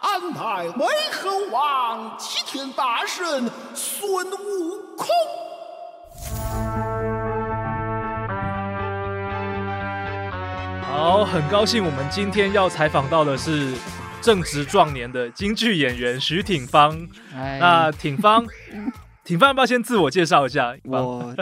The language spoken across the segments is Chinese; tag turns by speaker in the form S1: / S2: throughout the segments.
S1: 俺乃美猴王齐天大圣孙悟空。
S2: 好，很高兴我们今天要采访到的是正值壮年的京剧演员徐挺芳。
S3: 哎，
S2: 那挺 芳，挺芳要不要先自我介绍一下？
S3: 我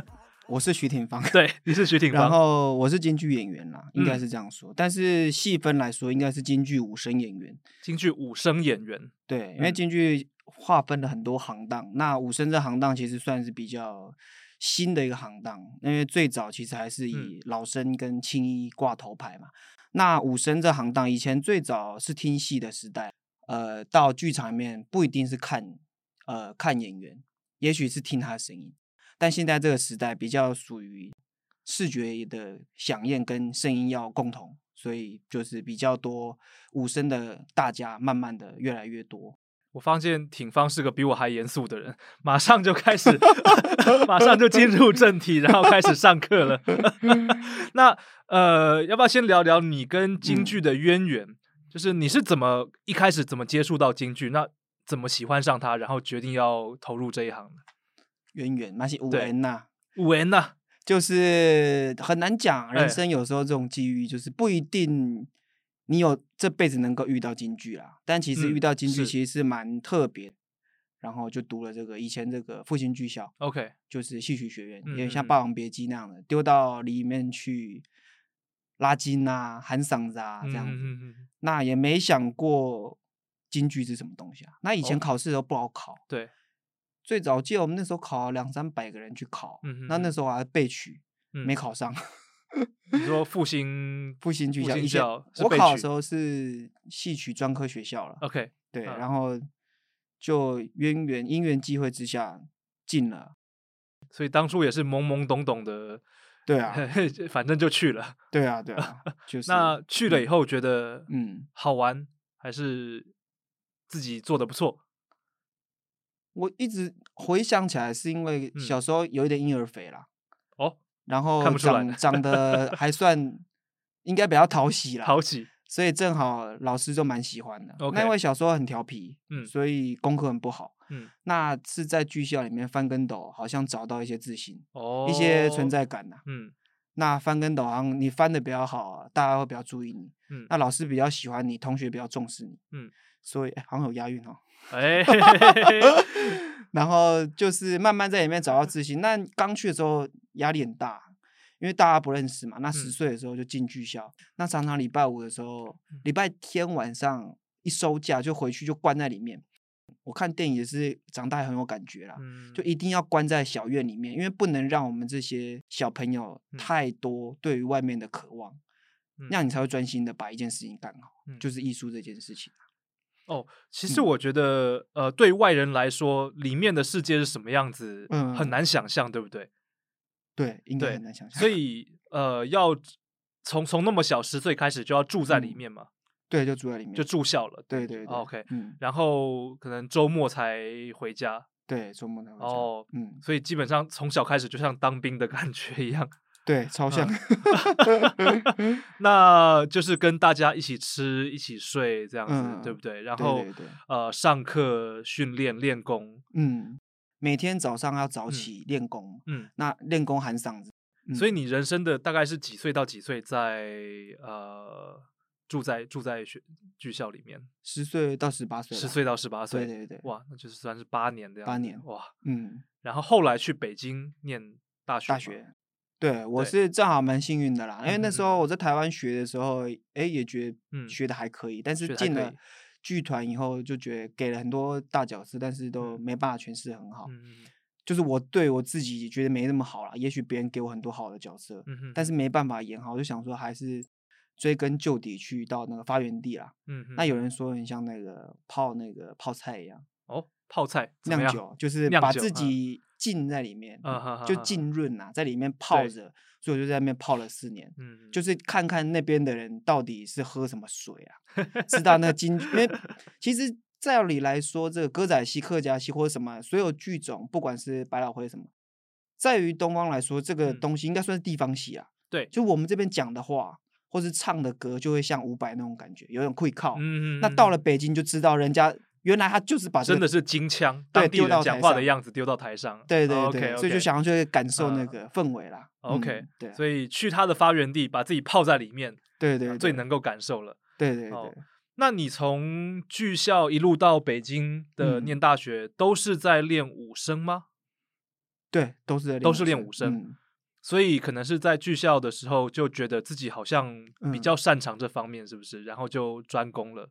S3: 我是徐挺芳，
S2: 对， 你是徐挺
S3: 然
S2: 芳，
S3: 后我是京剧演员啦，应该
S2: 嗯
S3: 是这样说。但是细分来说，应该是京剧武生演员。
S2: 京剧武生演员。
S3: 对，因为
S2: 嗯
S3: 京剧划分了很多行当，那武生这行当其实算是比较新的一个行当，因为最早其实还是
S2: 嗯
S3: 以老生跟青衣挂头牌嘛。那武生这行当以前最早是听戏的时代，呃，到剧场里面不一定是看呃看演员，也许是听他的声音，但现在这个时代比较属于视觉的响应跟声音要共同，所以就是比较多武生的大家慢慢的越来越多。
S2: 我发现挺芳是个比我还严肃的人，马上就开始， 马上就进入正题，然后开始上课了。 那呃，要不要先聊聊你跟京
S3: 嗯
S2: 剧的渊源？就是你是怎么一开始怎么接触到京剧？那怎么喜欢上它，然后决定要投入这一行的？
S3: 渊源那些五
S2: 对
S3: 人呐、
S2: 五文呐、
S3: 就是很难讲。
S2: 哎
S3: 人生有时候这种机遇就是不一定你有这辈子能够遇到京剧啦，但其实
S2: 嗯
S3: 遇到京剧
S2: 是
S3: 其实是蛮特别的。然后就读了这个以前这个复兴剧校，
S2: OK，
S3: 就是戏曲学院，有
S2: 嗯
S3: 点像
S2: 嗯
S3: 《霸王别姬》那样的，丢到里面去拉筋啊、喊嗓子啊这样
S2: 嗯
S3: 子。
S2: 嗯嗯嗯
S3: 那也没想过京剧是什么东西啊。那以前
S2: 哦
S3: 考试都不好考，
S2: 对，
S3: 最早记得我们那时候考两三百个人去考，
S2: 嗯
S3: 那
S2: 嗯
S3: 那
S2: 嗯
S3: 时候还被取，
S2: 嗯
S3: 没考上。
S2: 你说复兴
S3: 复兴剧
S2: 复
S3: 校，
S2: 兴
S3: 以前
S2: 校是
S3: 我
S2: 被
S3: 考
S2: 取
S3: 的时候是戏曲专科学校了，
S2: OK，
S3: 对，
S2: 嗯
S3: 然后就渊源因缘机会之下进了，
S2: 所以当初也是懵懵懂懂的，
S3: 对啊，
S2: 反正就去了。
S3: 对啊，对啊， 就是
S2: 那去了以后觉得
S3: 嗯，
S2: 好玩，还是自己做的不错。
S3: 我一直回想起来是因为
S2: 嗯
S3: 小时候有一点婴儿肥啦，
S2: 哦，
S3: 然后
S2: 看不出来
S3: 长长得还算应该比较讨喜啦，
S2: 讨喜，
S3: 所以正好老师就蛮喜欢的。
S2: OK
S3: 那因为小时候很调皮，
S2: 嗯
S3: 所以功课很不好，
S2: 嗯，
S3: 那是在剧校里面翻跟斗，好像找到一些自信，
S2: 哦，
S3: 一些存，在感呐、
S2: 嗯
S3: 那翻跟斗好像你翻的比较好、啊，大家会比较注意你，
S2: 嗯，
S3: 那老师比较喜欢你，同学比较重视你，
S2: 嗯，
S3: 所以、哎好像有押韵哦。
S2: 哎，嘿嘿嘿嘿
S3: 然后就是慢慢在里面找到自信。那刚去的时候压力很大，因为大家不认识嘛。那十
S2: 嗯
S3: 岁的时候就进剧校，那常常礼拜五的时候，
S2: 嗯
S3: 礼拜天晚上一收假就回去就关在里面。我看电影也是长大很有感觉啦，
S2: 嗯
S3: 就一定要关在小院里面，因为不能让我们这些小朋友
S2: 嗯
S3: 太多对于外面的渴望，那
S2: 嗯
S3: 样你才会专心的把一件事情干好，
S2: 嗯
S3: 就是艺术这件事情。啊
S2: 哦，其
S3: 嗯
S2: 实我觉得，呃，对外人来说，里面的世界是什么样子，
S3: 嗯
S2: 很难想象，对不对？
S3: 对，应该
S2: 对
S3: 很难想象。
S2: 所以，呃，要从从那么小十岁开始就要住在里
S3: 嗯
S2: 面嘛，
S3: 对，就住在里面。
S2: 就住校了，
S3: 对对对
S2: 哦，OK
S3: 嗯，
S2: 然后可能周末才回家，
S3: 对，周末才会这样
S2: 哦
S3: 嗯，
S2: 所以基本上从小开始就像当兵的感觉一样。
S3: 对，超像。
S2: 嗯那就是跟大家一起吃、一起睡这样子，对
S3: 嗯
S2: 不对？然
S3: 对
S2: 后
S3: 对对
S2: 呃，上课训练练功，
S3: 嗯，每天早上要早
S2: 嗯
S3: 起练功，
S2: 嗯，
S3: 那练功喊嗓子。
S2: 所以
S3: 嗯
S2: 你人生的大概是几岁到几岁在呃住在住在学剧校里面？
S3: 十岁到十八岁，
S2: 十，岁到十八岁，
S3: 对对对
S2: 哇，那就是算是八年的样子，
S3: 八年
S2: 哇。
S3: 嗯，
S2: 然后后来去北京念大学，
S3: 大学。对，我
S2: 对
S3: 是正好蛮幸运的啦，因为
S2: 嗯
S3: 那
S2: 嗯
S3: 时
S2: 嗯
S3: 候我在台湾学的时候，哎，也觉
S2: 嗯
S3: 得学的还可以，但
S2: 学
S3: 是
S2: 得还
S3: 进
S2: 可
S3: 了
S2: 以
S3: 剧团以后，就觉得给了很多大角色，但是都
S2: 嗯
S3: 没办法诠释得很好。
S2: 嗯
S3: 就是我对我自己觉得没那么好啦，也许别人给我很多好的角色，
S2: 嗯嗯，
S3: 但是没办法演好，我就想说还是追根究底去到那个发源地啦。
S2: 嗯哼
S3: 那有人说很像那个泡那个泡菜一样，
S2: 哦泡菜怎么
S3: 酿
S2: 样
S3: 酒就是
S2: 酿
S3: 把
S2: 酒
S3: 自
S2: 嗯
S3: 己浸在里面，
S2: 啊哈哈
S3: 就
S2: 哈哈
S3: 浸润呐、在里面泡
S2: 对
S3: 着，所以我就在那边泡了四年。
S2: 嗯
S3: 就是看看那边的人到底是喝什么水啊，知道那京剧，因为其实照理来说，这个歌仔戏、客家戏或者什么所有剧种，不管是百老汇什么，在于东方来说，这个
S2: 嗯
S3: 东西应该算是地方戏啊。
S2: 对
S3: 就我们这边讲的话，或是唱的歌就会像伍佰那种感觉，有点会靠。
S2: 嗯，
S3: 哦那
S2: 嗯
S3: 到了北京就知道，人家原来他就是把、这
S2: 真
S3: 个
S2: 的是金腔，当
S3: 对
S2: 地
S3: 丢到
S2: 人讲
S3: 台
S2: 话的
S3: 上
S2: 样子丢到台上。哦
S3: 对对对
S2: o k
S3: 所以就，想要去感受那
S2: 嗯
S3: 个氛围啦。
S2: OK，
S3: 嗯对啊
S2: 所以去它的发源地，把自己泡在里面，
S3: 对
S2: 啊
S3: 对
S2: 最
S3: 对
S2: 能够感受了。
S3: 对对
S2: 哦
S3: 对。
S2: 那你从剧校一路到北京的
S3: 嗯
S2: 念大学，都是在练武生吗？
S3: 对，都是在
S2: 都是练武
S3: 声。
S2: 生
S3: 嗯
S2: 所以可能是在剧校的时候就觉得自己好像比
S3: 嗯
S2: 较擅长这方面，是不是？然后就专攻了，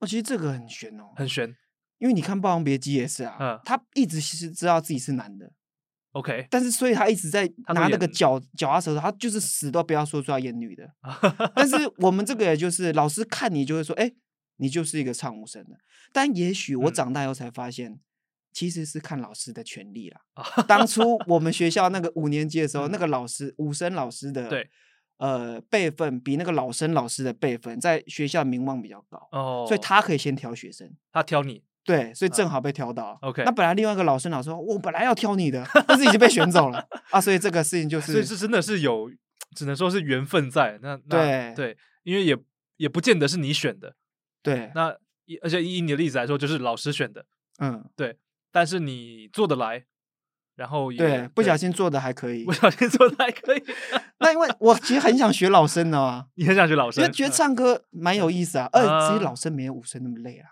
S3: 哦，其实这个很悬哦，
S2: 很悬。
S3: 因为你看《霸王别姬》也是啊，
S2: 嗯
S3: 他一直其实知道自己是男的，
S2: OK，
S3: 但是所以他一直在
S2: 他都
S3: 拿那个
S2: 演
S3: 脚脚丫舌头，他就是死都不要说出来演 女的。但是我们这个也就是老师看你就会说，哎、你就是一个唱武生的。但也许我
S2: 嗯
S3: 长大以后才发现。其实是看老师的权利 啦。当初我们学校那个五年级的时候，那个老师武生老师的
S2: 嗯对，
S3: 呃辈分比那个老生老师的辈分在学校名望比较高，
S2: 哦，
S3: 所以他可以先挑学生。
S2: 他挑你，
S3: 对，所以正
S2: 啊
S3: 好被挑到。
S2: OK
S3: 那本来另外一个老师老师说，我本来要挑你的，但是已经被选走了啊，所以这个事情就
S2: 所以
S3: 是
S2: 这真的是有，只能说是缘分在。那那
S3: 对
S2: 对，因为也也不见得是你选的。
S3: 对，
S2: 那以而且以你的例子来说，就是老师选的，
S3: 嗯，
S2: 但是你做得来，然后也
S3: 对，不小心做的还可以
S2: 不。小心 做的还可以。
S3: 那因为我其实很想学老生 的啊，
S2: 你很想学老
S3: 因
S2: 师
S3: 为，觉得唱歌蛮有意思啊，而其
S2: 嗯啊
S3: 实老生没有武生那么累啊，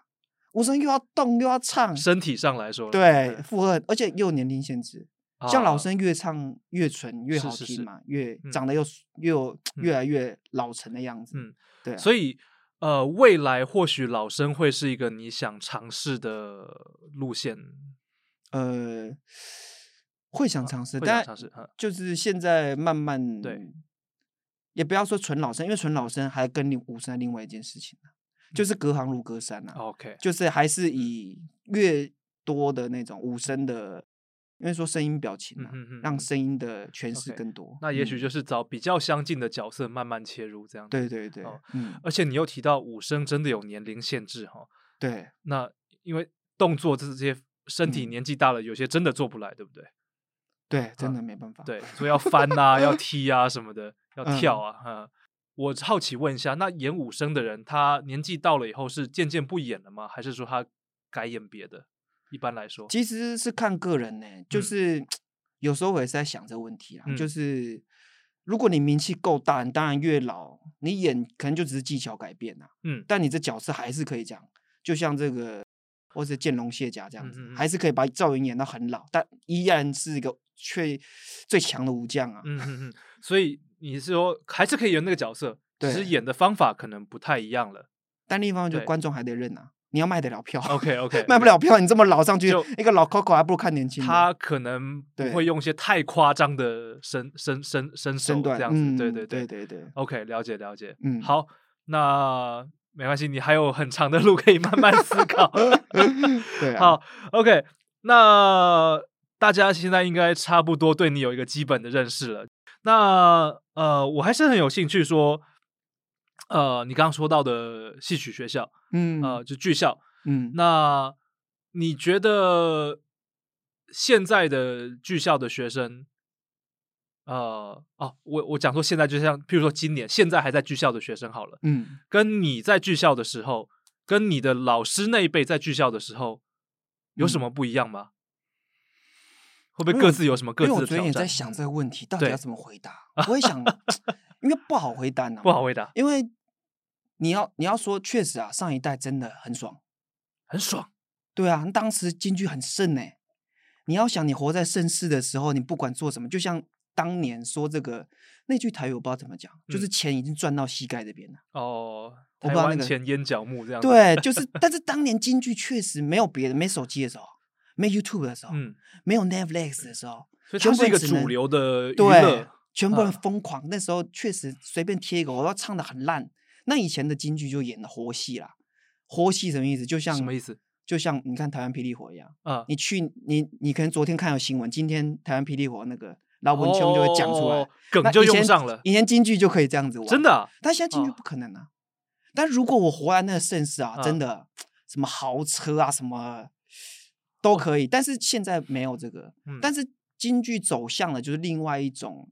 S3: 武生又要动又要唱
S2: 嗯，身体上来说，
S3: 对，负荷，而且又有年龄限制。
S2: 啊
S3: 像老生越唱越纯越
S2: 是
S3: 好
S2: 是
S3: 听
S2: 是
S3: 嘛，越
S2: 嗯
S3: 长得又越有越来越老成的样子。
S2: 嗯，
S3: 对啊，
S2: 所以呃，未来或许老生会是一个你想尝试的路线，
S3: 呃，会想尝试，
S2: 会想
S3: 但
S2: 尝试嗯
S3: 就是现在慢慢
S2: 对，
S3: 也不要说纯老生，因为纯老生还跟你武生另外一件事情、啊、
S2: 嗯
S3: 就是隔行如隔山啊，
S2: OK，
S3: 就是还
S2: 嗯
S3: 是以越多的那种武生的，因为说声音表情
S2: 嗯
S3: 啊，
S2: 嗯嗯
S3: 让
S2: 嗯
S3: 声音的诠释
S2: OK，
S3: 更多。
S2: 那也许
S3: 嗯、
S2: 就是找比较相近的角色慢慢切入这样。，
S3: 对对对，
S2: 哦
S3: 嗯，
S2: 而且你又提到武生真的有年龄限制哈，
S3: 对
S2: 那因为动作这些身体
S3: 嗯
S2: 年纪大了，有些真的做不来，对不对？
S3: 对，
S2: 啊
S3: 真的没办法。
S2: 对，所以要 翻啊，要踢啊什么的，要
S3: 嗯
S2: 跳啊，嗯。我好奇问一下，那演武生的人，他年纪到了以后是渐渐不演了吗？还是说他改演别的？一般来说，
S3: 其实是看个人呢、就
S2: 嗯
S3: 是、有时候我也是在想这个问题啊，
S2: 嗯
S3: 就是如果你名气够大，你当然越老，你演可能就只是技巧改变啊，
S2: 嗯
S3: 但你这角色还是可以讲，就像这个或是见龙卸甲这样子，
S2: 嗯嗯嗯
S3: 还是可以把赵云演到很老，但依然是一个却最强的武将啊。
S2: 嗯嗯嗯，所以你是说还是可以演那个角色，只是
S3: 对
S2: 演的方法可能不太一样了。
S3: 但另一方面，就
S2: 对
S3: 观众还得认啊，你要卖得了票
S2: OK OK，
S3: 卖不了票，你这么老上去
S2: 就，
S3: 一个老 Coco 还不如看年轻人。
S2: 他可能不
S3: 对
S2: 会用一些太夸张的身身身身手
S3: 身段
S2: 这样子，对
S3: 嗯
S2: 对
S3: 对对对
S2: OK，了解了解，
S3: 嗯
S2: 好，那没关系，你还有很长的路可以慢慢思考。
S3: 对啊，
S2: 好，OK，那大家现在应该差不多对你有一个基本的认识了。那呃，我还是很有兴趣说，呃，你刚刚说到的戏曲学校，
S3: 嗯
S2: 呃，就剧校，
S3: 嗯，
S2: 那你觉得现在的剧校的学生，呃，哦，我我讲说现在就像，譬如说今年现在还在剧校的学生好了，
S3: 嗯。
S2: 跟你在剧校的时候，跟你的老师那一辈在剧校的时候，有什
S3: 嗯
S2: 么不一样吗？会不会
S3: 因为
S2: 各
S3: 我
S2: 自有什么各
S3: 因为
S2: 自
S3: 我
S2: 的
S3: 昨
S2: 挑
S3: 天
S2: 战？
S3: 也在想这
S2: 嗯
S3: 个问题，到底
S2: 对
S3: 要怎么回答？我也想，因为不好回答呢、
S2: 不好，回答，
S3: 因为你要你要说，确实啊，上一代真的很爽，
S2: 很爽，
S3: 对啊，当时京剧很盛呢、你要想，你活在盛世的时候，你不管做什么，就像当年说这个那句台语，我不知道怎么讲，就是
S2: 嗯
S3: 钱已经赚到膝盖这边了。
S2: 哦，
S3: 我不
S2: 台
S3: 知道那
S2: 湾
S3: 个
S2: 前烟角木这样子，
S3: 对， 就是，但是当年京剧确实没有别的，没手机的时候，没 YouTube 的时候，
S2: 嗯，
S3: 没有 Netflix 的时候，
S2: 所以它
S3: 全部
S2: 是一
S3: 人
S2: 个
S3: 只
S2: 主
S3: 能
S2: 流的娱
S3: 对
S2: 乐，，
S3: 全部人
S2: 嗯
S3: 疯狂。那时候确实随便贴一个，我要唱的很烂。那以前的京剧就演的活戏啦，活戏什么意思？就像
S2: 什么意思？
S3: 就像你看台湾霹雳火一样，
S2: 啊，
S3: 你去你你可能昨天看有新闻，今天台湾霹雳火那个老文兄就会讲出来，
S2: 哦梗
S3: 那
S2: 就
S3: 以
S2: 用
S3: 前
S2: 上了
S3: 以前京剧就可以这样子玩，
S2: 真的。啊、
S3: 但现在京剧
S2: 哦
S3: 不可能啊。但如果我活在那个盛世啊，
S2: 嗯
S3: 真的什么豪车啊，什么
S2: 哦
S3: 都可以。但是现在没有这个，
S2: 嗯
S3: 但是京剧走向了就是另外一种，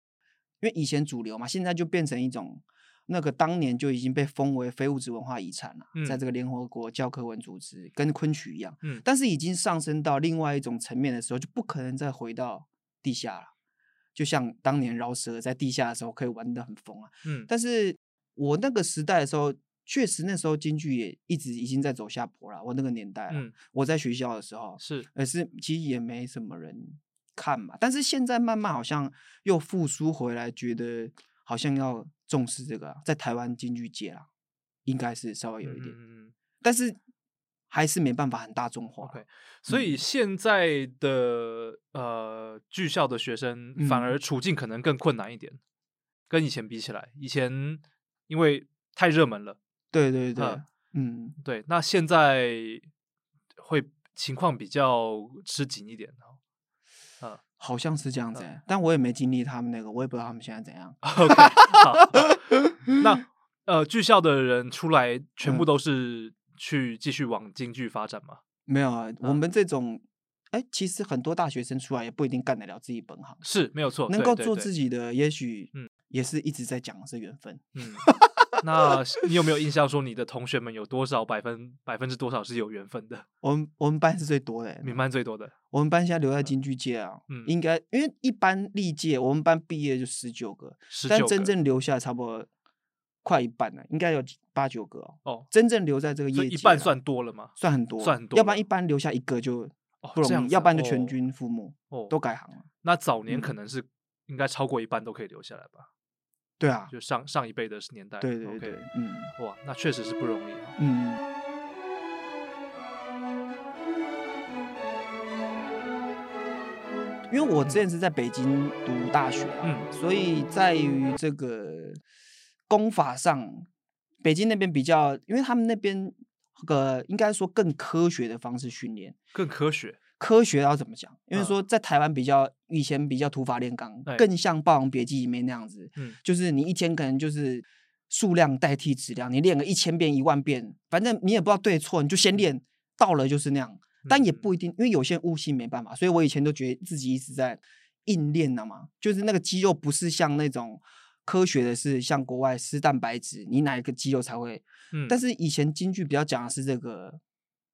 S3: 因为以前主流嘛，现在就变成一种那个当年就已经被封为非物质文化遗产了，
S2: 嗯
S3: 在这个联合国教科文组织跟昆曲一样，
S2: 嗯
S3: 但是已经上升到另外一种层面的时候，就不可能再回到地下了。就像当年饶舌在地下的时候可以玩得很疯啊，
S2: 嗯
S3: 但是我那个时代的时候，确实那时候京剧也一直已经在走下坡了。我那个年代啊，
S2: 嗯，
S3: 我在学校的时候，
S2: 是
S3: 而是其实也没什么人看嘛。但是现在慢慢好像又复苏回来，觉得好像要重视这个啊、在台湾京剧界啦，应该是稍微有一
S2: 嗯
S3: 点，
S2: 嗯嗯
S3: 但是还是没办法很大众化啦。
S2: OK 所
S3: 嗯
S2: 以现在的呃剧校的学生反
S3: 嗯
S2: 而处境可能更困难一点，跟以前比起来，以前因为太热门了，
S3: 对对对，
S2: 嗯
S3: 嗯，
S2: 对，那现在会情况比较吃紧一点 哦。
S3: 好像是这样子、
S2: 嗯啊
S3: 欸，但我也没经历他们那个，我也不知道他们现在怎样。
S2: OK，好，那呃剧校的人出来全部
S3: 嗯
S2: 都是去继续往京剧发展吗？
S3: 没有啊，我
S2: 嗯
S3: 们这种，哎、其实很多大学生出来也不一定干得了自己本行，
S2: 是没有错，
S3: 能
S2: 哦对
S3: 够
S2: 对
S3: 做
S2: 对
S3: 自己的，也许
S2: 嗯
S3: 也是一直在讲的是缘分。
S2: 嗯，那是你有没有印象说你的同学们有多少百分百分之多少是有缘分的？
S3: 我们我们班是最多的、欸，
S2: 民办最多的，
S3: 我们班现在留在京剧界啊，
S2: 嗯
S3: 应该因为一般历届我们班毕业就十九个，
S2: 十
S3: 但
S2: 九
S3: 真
S2: 个
S3: 正留下来差不多快一半了、应该有八九个哦。
S2: 哦，
S3: 真正留在这个
S2: 所
S3: 业
S2: 以
S3: 界
S2: 一
S3: 啊、
S2: 半算多了吗？
S3: 算很多，
S2: 算很多
S3: 要不然
S2: 了
S3: 一般留下一个就
S2: 哦这
S3: 不容
S2: 样
S3: 易，要
S2: 子
S3: 不然就全
S2: 哦
S3: 军覆没，
S2: 哦，
S3: 都改行了。
S2: 那早年
S3: 嗯
S2: 可能是应该超过一半都可以留下来吧，
S3: 对啊，
S2: 就上上一辈的年代。
S3: 对对
S2: OK
S3: 对，嗯
S2: 哇，那确实是不容易啊。
S3: 嗯。因为我之前是在北京读大学啊，
S2: 嗯
S3: 所以在于这个功法上，北京那边比较，因为他们那边个应该说更科学的方式训练。
S2: 更科学，
S3: 科学要怎么讲？因
S2: 嗯
S3: 为说在台湾比较以前比较土法炼钢
S2: 哎，
S3: 更像《霸王别姬》里面那样子，
S2: 嗯
S3: 就是你一天可能就是数量代替质量，你练个一千遍一万遍，反正你也不知道对错，你就先练，到了就是那样。但也
S2: 嗯
S3: 不一定，因为有些悟性没办法，所以我以前都觉得自己一直在硬练的嘛，就是那个肌肉不是像那种科学的是，像国外吃蛋白质，你哪一个肌肉才会
S2: 嗯，
S3: 但是以前京剧比较讲的是这个，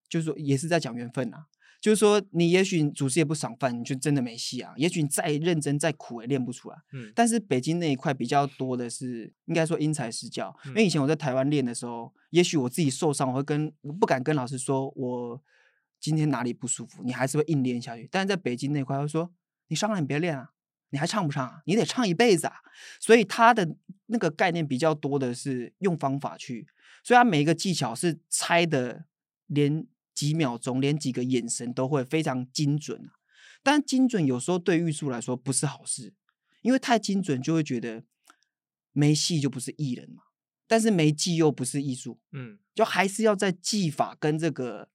S3: 就是说也是在讲缘分啊。就是说，你也许主持也不赏饭，你就真的没戏啊。也许你再认真、再苦也练不出来。
S2: 嗯
S3: 但是北京那一块比较多的是，应该说因材施教。因为以前我在台湾练的时候，也许我自己受伤，我会跟我不敢跟老师说我今天哪里不舒服，你还是会硬练下去。但是在北京那一块，他说你伤了你别练啊，你还唱不唱啊？你得唱一辈子啊。所以他的那个概念比较多的是用方法去，所以他每一个技巧是猜的，连几秒钟、连几个眼神都会非常精准啊。但精准有时候对玉术来说不是好事，因为太精准就会觉得没戏就不是艺人嘛，但是没技又不是艺术，
S2: 嗯
S3: 就还是要在技法跟这个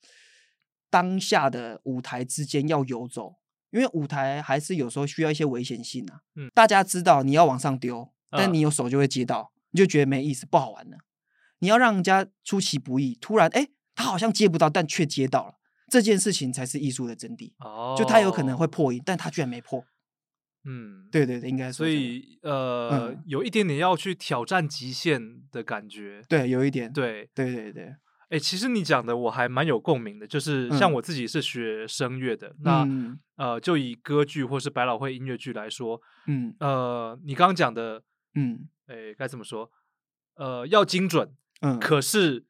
S3: 当下的舞台之间要游走，因为舞台还是有时候需要一些危险性啊。
S2: 嗯
S3: 大家知道你要往上丢，但
S2: 嗯
S3: 你有手就会接到，你就觉得没意思，不好玩了。你要让人家出其不意，突然哎，诶他好像接不到，但却接到了，这件事情才是艺术的真谛。
S2: 哦，
S3: 就他有可能会破音，但他居然没破。
S2: 嗯，
S3: 对对对，应该
S2: 所
S3: 说这样
S2: 以呃
S3: 嗯，
S2: 有一点点要去挑战极限的感觉。
S3: 对有一点，
S2: 对，
S3: 对对对，
S2: 哎、其实你讲的我还蛮有共鸣的，就是像
S3: 嗯
S2: 我自己是学声乐的，那、
S3: 嗯
S2: 呃，就以歌剧或是百老汇音乐剧来说，
S3: 嗯
S2: 呃，你刚刚讲的，
S3: 嗯
S2: 哎、该怎么说？呃，要精准，
S3: 嗯，
S2: 可是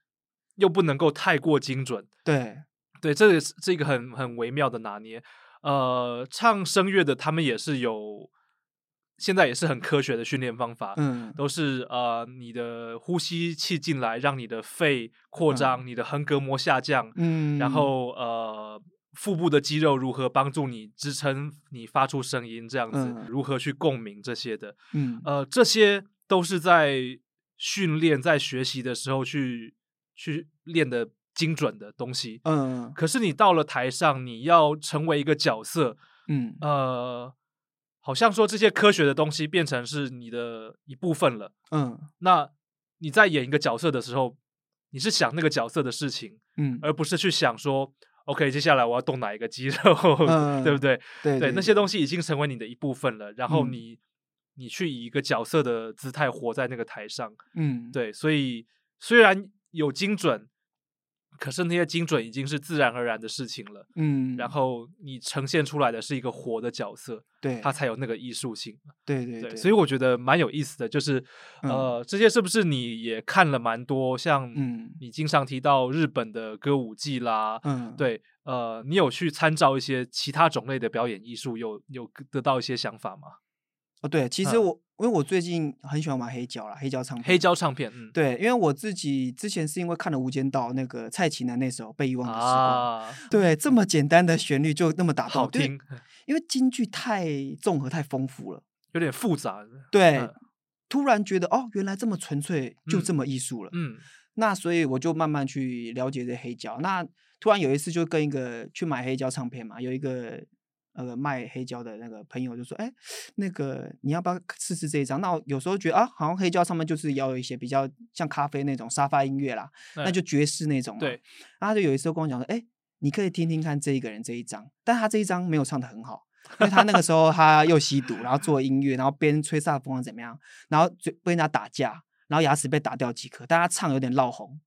S2: 又不能够太过精准，
S3: 对
S2: 对，这个是这个很很微妙的拿捏。呃，唱声乐的他们也是有，现在也是很科学的训练方法，
S3: 嗯
S2: 都是呃你的呼吸气进来，让你的肺扩张，你的横膈膜下降，
S3: 嗯，
S2: 然后呃腹部的肌肉如何帮助你支撑你发出声音，这样子、
S3: 嗯
S2: 如何去共鸣这些的，
S3: 嗯
S2: 呃，这些都是在训练在学习的时候去去练的精准的东西。
S3: 嗯
S2: 可是你到了台上，你要成为一个角色，
S3: 嗯
S2: 呃，好像说这些科学的东西变成是你的一部分了。
S3: 嗯
S2: 那你在演一个角色的时候，你是想那个角色的事情，
S3: 嗯，
S2: 而不是去想说，OK，接下来我要动哪一个肌肉，对不
S3: 嗯
S2: 对？
S3: 对
S2: 那些
S3: 都
S2: 东西已经成为你的一部分了。然后
S3: 嗯
S2: 你、你去以一个角色的姿态活在那个台上。
S3: 嗯，
S2: 对，所以虽然有精准，可是那些精准已经是自然而然的事情了。
S3: 嗯，
S2: 然后你呈现出来的是一个活的角色，
S3: 对，
S2: 它才有那个艺术性。
S3: 对对对，
S2: 所以我觉得蛮有意思的，就是、
S3: 嗯
S2: 呃，这些是不是你也看了蛮多？像
S3: 嗯
S2: 你经常提到日本的歌舞伎啦，
S3: 嗯，
S2: 对，呃，你有去参照一些其他种类的表演艺术，有有得到一些想法吗？
S3: 哦对，其实
S2: 嗯
S3: 我因为我最近很喜欢买黑胶啦，黑胶唱片，
S2: 黑胶唱片，嗯，
S3: 对，因为我自己之前是因为看了《无间道》那个蔡琴的那首《被遗忘的时光》，
S2: 啊，
S3: 对，这么简单的旋律就那么打动，
S2: 好
S3: 就是
S2: 听，
S3: 因为京剧太综合太丰富了，
S2: 有点复杂，
S3: 对，
S2: 嗯
S3: 突然觉得哦，原来这么纯粹，就这
S2: 嗯
S3: 么艺术了。
S2: 嗯
S3: 那所以我就慢慢去了解这黑胶。那突然有一次就跟一个去买黑胶唱片嘛，有一个呃卖黑胶的那个朋友就说：“哎、那个你要不要试试这一张？”那我有时候觉得啊，好像黑胶上面就是要有一些比较像咖啡那种沙发音乐啦，那
S2: 嗯
S3: 就爵士那种嘛。
S2: 对
S3: 然后他就有一次跟我讲说：“哎、你可以听听看这一个人这一张，但他这一张没有唱的很好。”因为他那个时候他又吸毒，然后做音乐，然后边吹萨克风怎么样，然后就被人家打架，然后牙齿被打掉几颗，但他唱有点绕红。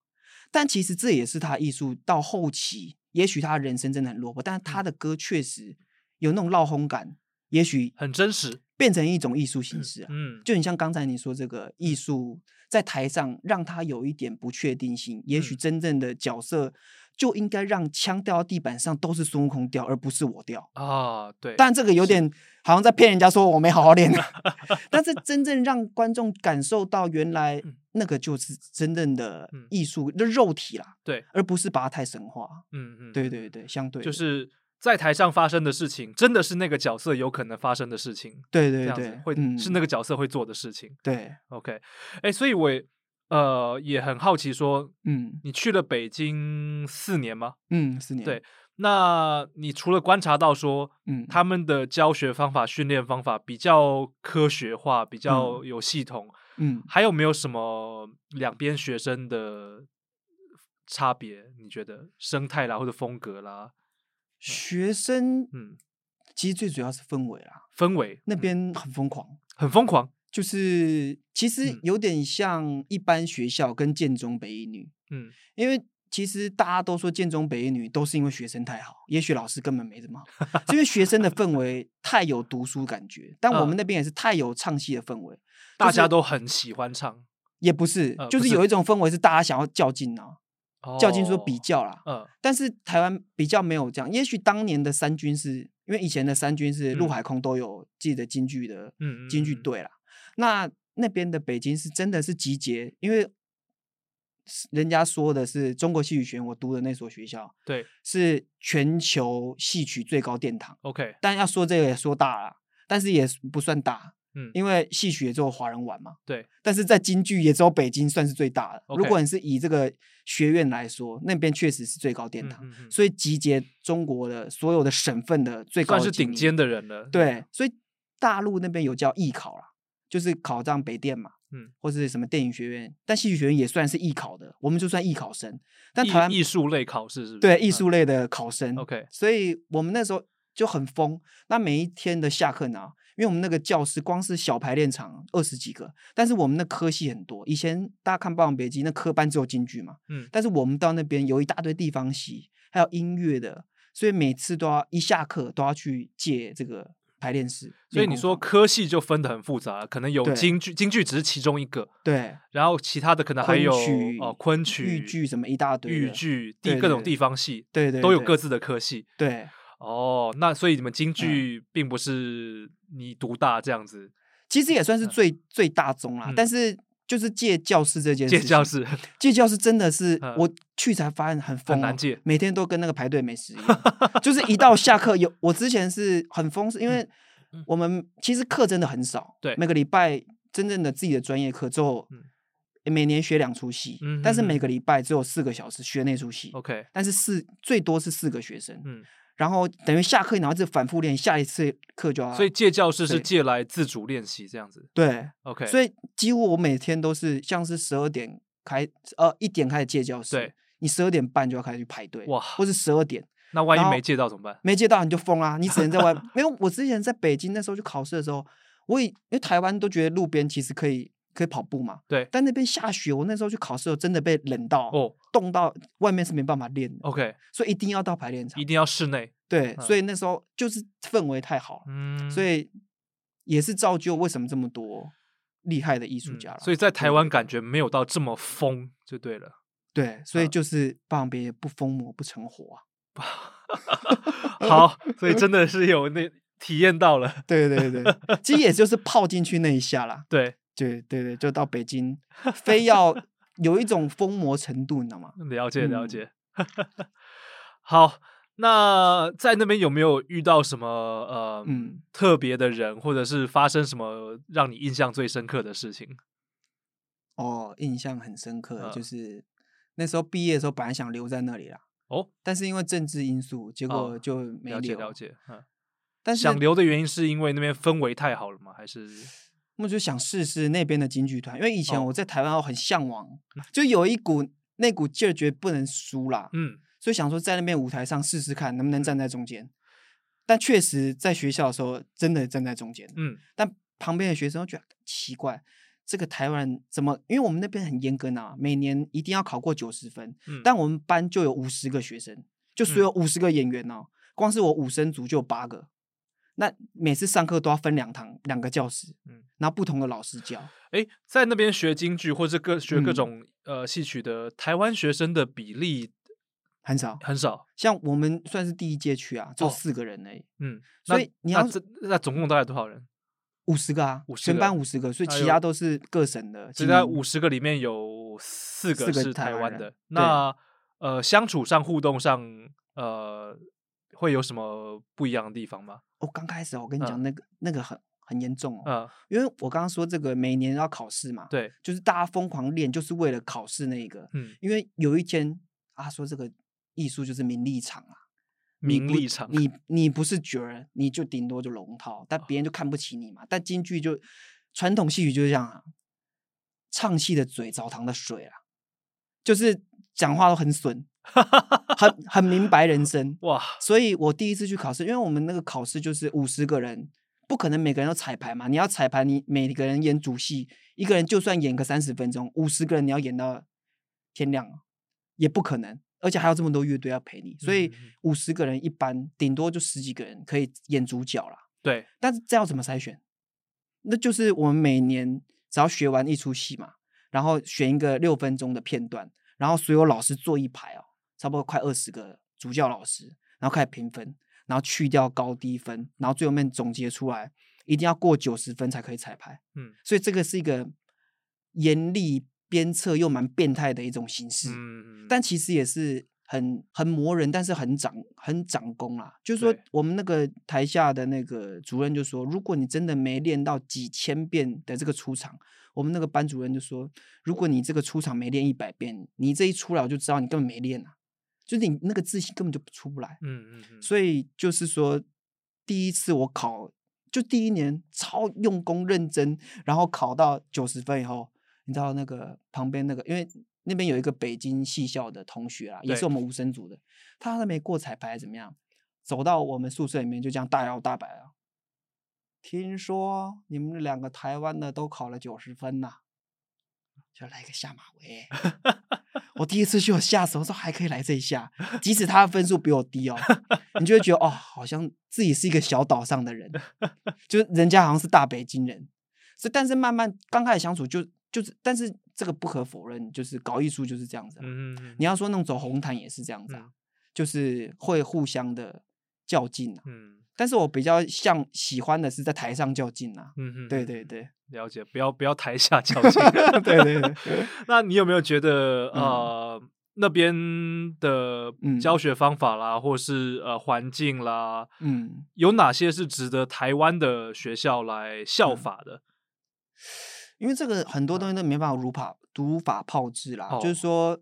S3: 但其实这也是他艺术到后期，也许他人生真的很落魄，但是他的歌确实有那种绕红感，也许
S2: 很真实，
S3: 变成一种艺术形式啊。
S2: 嗯，
S3: 就你像刚才你说这个艺术在台上让他有一点不确定性，也许
S2: 嗯
S3: 真正的角色就应该让枪掉到地板上都是孙悟空掉，而不是我掉。
S2: 啊，对，
S3: 但这个有点好像在骗人家说我没好好 练、啊，但是真正让观众感受到原来
S2: 嗯
S3: 那个就是真正的
S2: 嗯
S3: 艺术，就肉体啦，
S2: 对，
S3: 而不是把它太神化。
S2: 嗯嗯，
S3: 对对对，相对
S2: 就
S3: 的
S2: 是在台上发生的事情，真的是那个角色有可能发生的事情，
S3: 对
S2: 这
S3: 对
S2: 样
S3: 对
S2: 子，会
S3: 嗯
S2: 是那个角色会做的事情。
S3: 对，
S2: OK，哎，所以我也呃也很好奇说，
S3: 嗯
S2: 你去了北京四年吗？
S3: 嗯，四年，
S2: 对，那你除了观察到说
S3: 嗯，
S2: 他们的教学方法、训练方法比较科学化、比较有系统，
S3: 嗯
S2: 还有没有什么两边学生的差别？你觉得生态啦，或者风格啦，
S3: 学生
S2: 嗯，
S3: 其实最主要是氛围啦，
S2: 氛围
S3: 那
S2: 嗯
S3: 边很疯狂。
S2: 很疯狂，
S3: 就是其实
S2: 嗯
S3: 有点像一般学校跟建中北一女，
S2: 嗯，
S3: 因为其实大家都说建中北一女都是因为学生太好，也许老师根本没怎么好，是因为学生 的氛围太有读书感觉，但我
S2: 嗯
S3: 们那边也是太有唱戏的氛围，
S2: 大
S3: 就是
S2: 家都很喜欢唱，
S3: 也不是
S2: 呃，
S3: 就
S2: 不
S3: 是
S2: 是
S3: 有一种氛围是大家想要较劲啊，较劲说比
S2: 哦，
S3: 较啦，
S2: 嗯
S3: 但是台湾比较没有这样，也许当年的三军是因为以前的三军是陆
S2: 嗯
S3: 海空都有自己的京剧的
S2: 嗯嗯
S3: 京剧
S2: 嗯
S3: 队啦。那那边的北京是真的是集结，因为是人家说的是中国戏曲学院，我读的那所学校
S2: 对
S3: 是全球戏曲最高殿堂，
S2: ，OK，
S3: 但要说这个也说大啦，但是也不算大，
S2: 嗯，
S3: 因为戏曲也只有华人玩嘛。
S2: 对，
S3: 但是在京剧也只有北京算是最大的。如
S2: OK
S3: 果你是以这个学院来说，那边确实是最高殿
S2: 嗯
S3: 堂，
S2: 嗯嗯
S3: 所以集结中国的所有的省份的最高
S2: 算
S3: 的
S2: 是
S3: 精
S2: 顶
S3: 英
S2: 尖的人了，
S3: 对，所以大陆那边有叫艺考啦，就是考上北电嘛，
S2: 嗯，
S3: 或是什么电影学院，但戏剧学院也算是艺考的，我们就算艺考生。但
S2: 艺
S3: 台湾
S2: 艺嗯术类考试是不是？
S3: 对艺术
S2: 类
S3: 类的考生、
S2: ，OK，
S3: 所以我们那时候就很疯。那每一天的下课呢，因为我们那个教室光是小排练场二十几个，但是我们那科系很多。以前大家看《霸王别姬》，那科班只有京剧嘛，
S2: 嗯
S3: 但是我们到那边有一大堆地方戏，还有音乐的，所以每次都要一下课都要去借这个排练室。
S2: 所以
S3: 练
S2: 你
S3: 功
S2: 说
S3: 房
S2: 科系就分得很复杂了，可能有
S3: 对
S2: 京剧，京剧只是其中一个，
S3: 对
S2: 然后其他的可能还
S3: 昆
S2: 有
S3: 曲
S2: 哦昆曲、
S3: 豫剧什么一大堆
S2: 豫
S3: 的
S2: 剧
S3: 对
S2: 地
S3: 对
S2: 各种
S3: 对
S2: 地方戏
S3: 对对
S2: 都有
S3: 对嗯
S2: 各自的科系。
S3: 对，
S2: 哦，那所以你们京剧并不是你独大这样子，
S3: 其实也算是最、最大宗啦，但
S2: 嗯
S3: 是就是借教室这件事
S2: 借
S3: 情，
S2: 教室
S3: 借教室真的是、
S2: 嗯
S3: 我去才发现很疯、哦
S2: 难借
S3: 每天都跟那个排队美食一样， 就是一到下课有我之前是很疯，是因为
S2: 嗯
S3: 我们其实课真的很少，
S2: 对
S3: 每个礼拜真正的自己的专业课之后。
S2: 嗯
S3: 每年学两出戏，但是
S2: 嗯哼
S3: 每
S2: 哼
S3: 个礼拜只有四个小时学那出戏，
S2: ，OK，
S3: 但是四最多是四个学生，
S2: 嗯，
S3: 然后等于下课，然后就反复练，下一次课就要。
S2: 所以借教室是
S3: 啊对
S2: 借来自主练习这样子
S3: 对，
S2: ，OK，
S3: 所以几乎我每天都是像是十二点开，呃，一点开始借教室，
S2: 对，
S3: 你十二点半就要开始去排队，
S2: 哇
S3: 或是十二点
S2: 那万一
S3: 然后
S2: 没借到怎么办？
S3: 啊 没借到你就疯啦、你只能在外。因为我之前在北京那时候去考试的时候，我以因为台湾都觉得路边其实可以可以跑步嘛，
S2: 对
S3: 但那边下雪，我那时候去考试，我真的被冷到，
S2: 哦
S3: 冻到外面是没办法练的，
S2: ，OK，
S3: 所以一定要到排练场
S2: 一。定要室内，
S3: 对，所
S2: 嗯
S3: 以那时候就是氛围太好了，
S2: 嗯，
S3: 所以也是造就为什么这么多厉害的艺术
S2: 嗯
S3: 家了。
S2: 所以在台
S3: 对
S2: 湾感觉没有到这么疯，就对了。
S3: 对，所以
S2: 嗯
S3: 就是霸王别也不疯魔不成活啊。
S2: 好，所以真的是有那体验到了，
S3: 对对对，其实也就是泡进去那一下啦。
S2: 对，
S3: 对对对，就到 北京，非要有一种疯魔程度，你知道吗？
S2: 了解了
S3: 嗯
S2: 解。 好，那在那边有没有遇到什么呃、
S3: 嗯
S2: 特别的人，或者是发生什么让你印象最深刻的事情？
S3: 哦，印象很深刻，
S2: 嗯
S3: 就是那时候毕业的时候，本来想留在那里啦，
S2: 哦，
S3: 但是因为政治因素，结
S2: 哦
S3: 果就没留。
S2: 了解了解，嗯，
S3: 但是
S2: 想留的原因是因为那边氛围太好了吗？还 是
S3: 我就想试试那边的京剧团，因为以前
S2: 哦
S3: 我在台湾我很向往，就有一股那股劲儿，觉得不能输啦。
S2: 嗯
S3: 所以想说在那边舞台上试试看能不能站在中间。但确实在学校的时候，真的站在中间，
S2: 嗯
S3: 但旁边的学生都觉得奇怪，这个台湾人怎么？因为我们那边很严格啊，每年一定要考过九十分，
S2: 嗯，
S3: 但我们班就有五十个学生，就所有五十个演员哦，光是我五声组就有八个。那每次上课都要分两堂两个教室，
S2: 嗯
S3: 嗯，然后不同的老师教，
S2: 诶，在那边学京剧或者各学各
S3: 嗯
S2: 种、呃戏曲的台湾学生的比例
S3: 很少。
S2: 很少，
S3: 像我们算是第一街区啊，就
S2: 哦
S3: 四个人而已，
S2: 嗯，
S3: 所
S2: 那
S3: 以你
S2: 那
S3: 要
S2: 这那总共大概多少人？
S3: 五十个啊，
S2: 50
S3: 全
S2: 个
S3: 班五十个，所以
S2: 哎
S3: 其
S2: 呦
S3: 他都是各省的
S2: 所
S3: 精英，
S2: 以在五十个里面有四个
S3: 四个
S2: 是
S3: 台
S2: 台
S3: 湾
S2: 湾
S3: 人
S2: 的
S3: 对。
S2: 那呃，相处上、互动上，呃，会有什么不一样的地方吗？
S3: 我刚开始啊我跟你讲，
S2: 嗯
S3: 那个那个很很严重哦，
S2: 嗯，
S3: 因为我刚刚说这个每年要考试嘛，，
S2: 对，
S3: 就是大家疯狂练，就是为了考试那一个。
S2: 嗯，
S3: 因为有一天啊，说这个艺术就是名利场啊，你
S2: 名
S3: 不
S2: 利场，
S3: 你你不是角儿，你就顶多就龙套，但别人就看不起你嘛。但京剧就传统戏曲就是这样啊，唱戏的嘴，澡堂的水啊，就是讲话都很损，很很明白人生。
S2: 哇，
S3: 所以我第一次去考试，因为我们那个考试就是五十个人，不可能每个人都彩排嘛。你要彩排，你每个人演主戏，一个人就算演个三十分钟，五十个人你要演到天亮，也不可能。而且还有这么多乐队要陪你，所以
S2: 嗯嗯嗯
S3: 五十个人一般顶多就十几个人可以演主角啦。
S2: 对，
S3: 但是这要怎么筛选？那就是我们每年只要学完一出戏嘛，然后选一个六分钟的片段，然后所有老师坐一排哦，差不多快二十个主教老师，然后开始评分，然后去掉高低分，然后最后面总结出来，一定要过九十分才可以彩排。
S2: 嗯
S3: 所以这个是一个严厉鞭策又蛮变态的一种形式。
S2: 嗯，
S3: 但其实也是很很磨人，但是很长很长功啦。就是说
S2: 对，
S3: 我们那个台下的那个主任就说，如果你真的没练到几千遍的这个出场，我们那个班主任就说，如果你这个出场没练一百遍，你这一出来我就知道你根本没练啊，就是你那个自信根本就出不来。
S2: 嗯嗯嗯，
S3: 所以就是说，第一次我考，就第一年超用功认真，然后考到九十分以后，你知道那个旁边那个，因为那边有一个北京戏校的同学啊，也
S2: 对
S3: 是我们无声组的，他还没过彩排怎么样，走到我们宿舍里面就这样大摇大摆啊，听说你们两个台湾的都考了九十分呐、就来个下马威。我第一次去，我吓死，我说还可以来这一下，即使他的分数比我低哦，你就会觉得哦，好像自己是一个小岛 上的人，就是人家好像是大北京人。所以，但是慢慢刚开始相处就就是，但是这个不可否认，就是搞艺术就是这样子、啊。
S2: 嗯嗯
S3: 你要说那种走红毯也是这样子啊，就是会互相的较劲啊。
S2: 嗯
S3: 但是我比较像喜欢的是在台上较劲啊。
S2: 嗯嗯，
S3: 对
S2: 嗯
S3: 对对
S2: 了解，不要不要台下较劲，
S3: 对对对，
S2: 那你有没有觉得
S3: 嗯
S2: 呃、那边的
S3: 嗯
S2: 教学方法啦，或是呃环境啦，
S3: 嗯，
S2: 有哪些是值得台湾的学校来效
S3: 嗯
S2: 法的？
S3: 因为这个很多东西都没办法如法如法炮制啦，就
S2: 嗯哦
S3: 是说，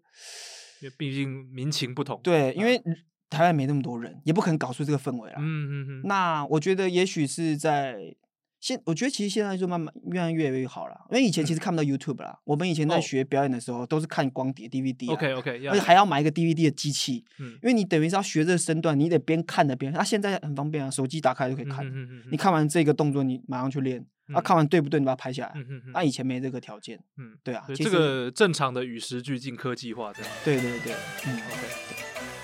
S2: 因为毕竟民情不同。，
S3: 对，因为台湾没那么多人，也不可能搞出这个氛围啦。
S2: 嗯嗯嗯，
S3: 那我觉得也许是在现，我觉得其实现在就慢慢越来越越好了，因为以前其实看不到 YouTube 啦，我们以前在
S2: 嗯哦
S3: 学表演的时候都是看光碟 DVD 啊
S2: OK OK，
S3: 而且还要买一个 DVD 的机器，
S2: 嗯
S3: 因为你等于是要学这个身段，你得边看着边，那、啊、现在很方便啊，手机打开就可以看了。
S2: 嗯嗯嗯嗯嗯
S3: 你看完这个动作，你马上去练，啊，
S2: 嗯
S3: 看完对不对，你把它拍下来。
S2: 嗯嗯嗯
S3: 那、以前没这个条件，
S2: 嗯，
S3: 对啊
S2: 所以
S3: 其
S2: 这
S3: 实
S2: 个正常的与时俱进科技化这样。
S3: 对对对，嗯。
S2: OK，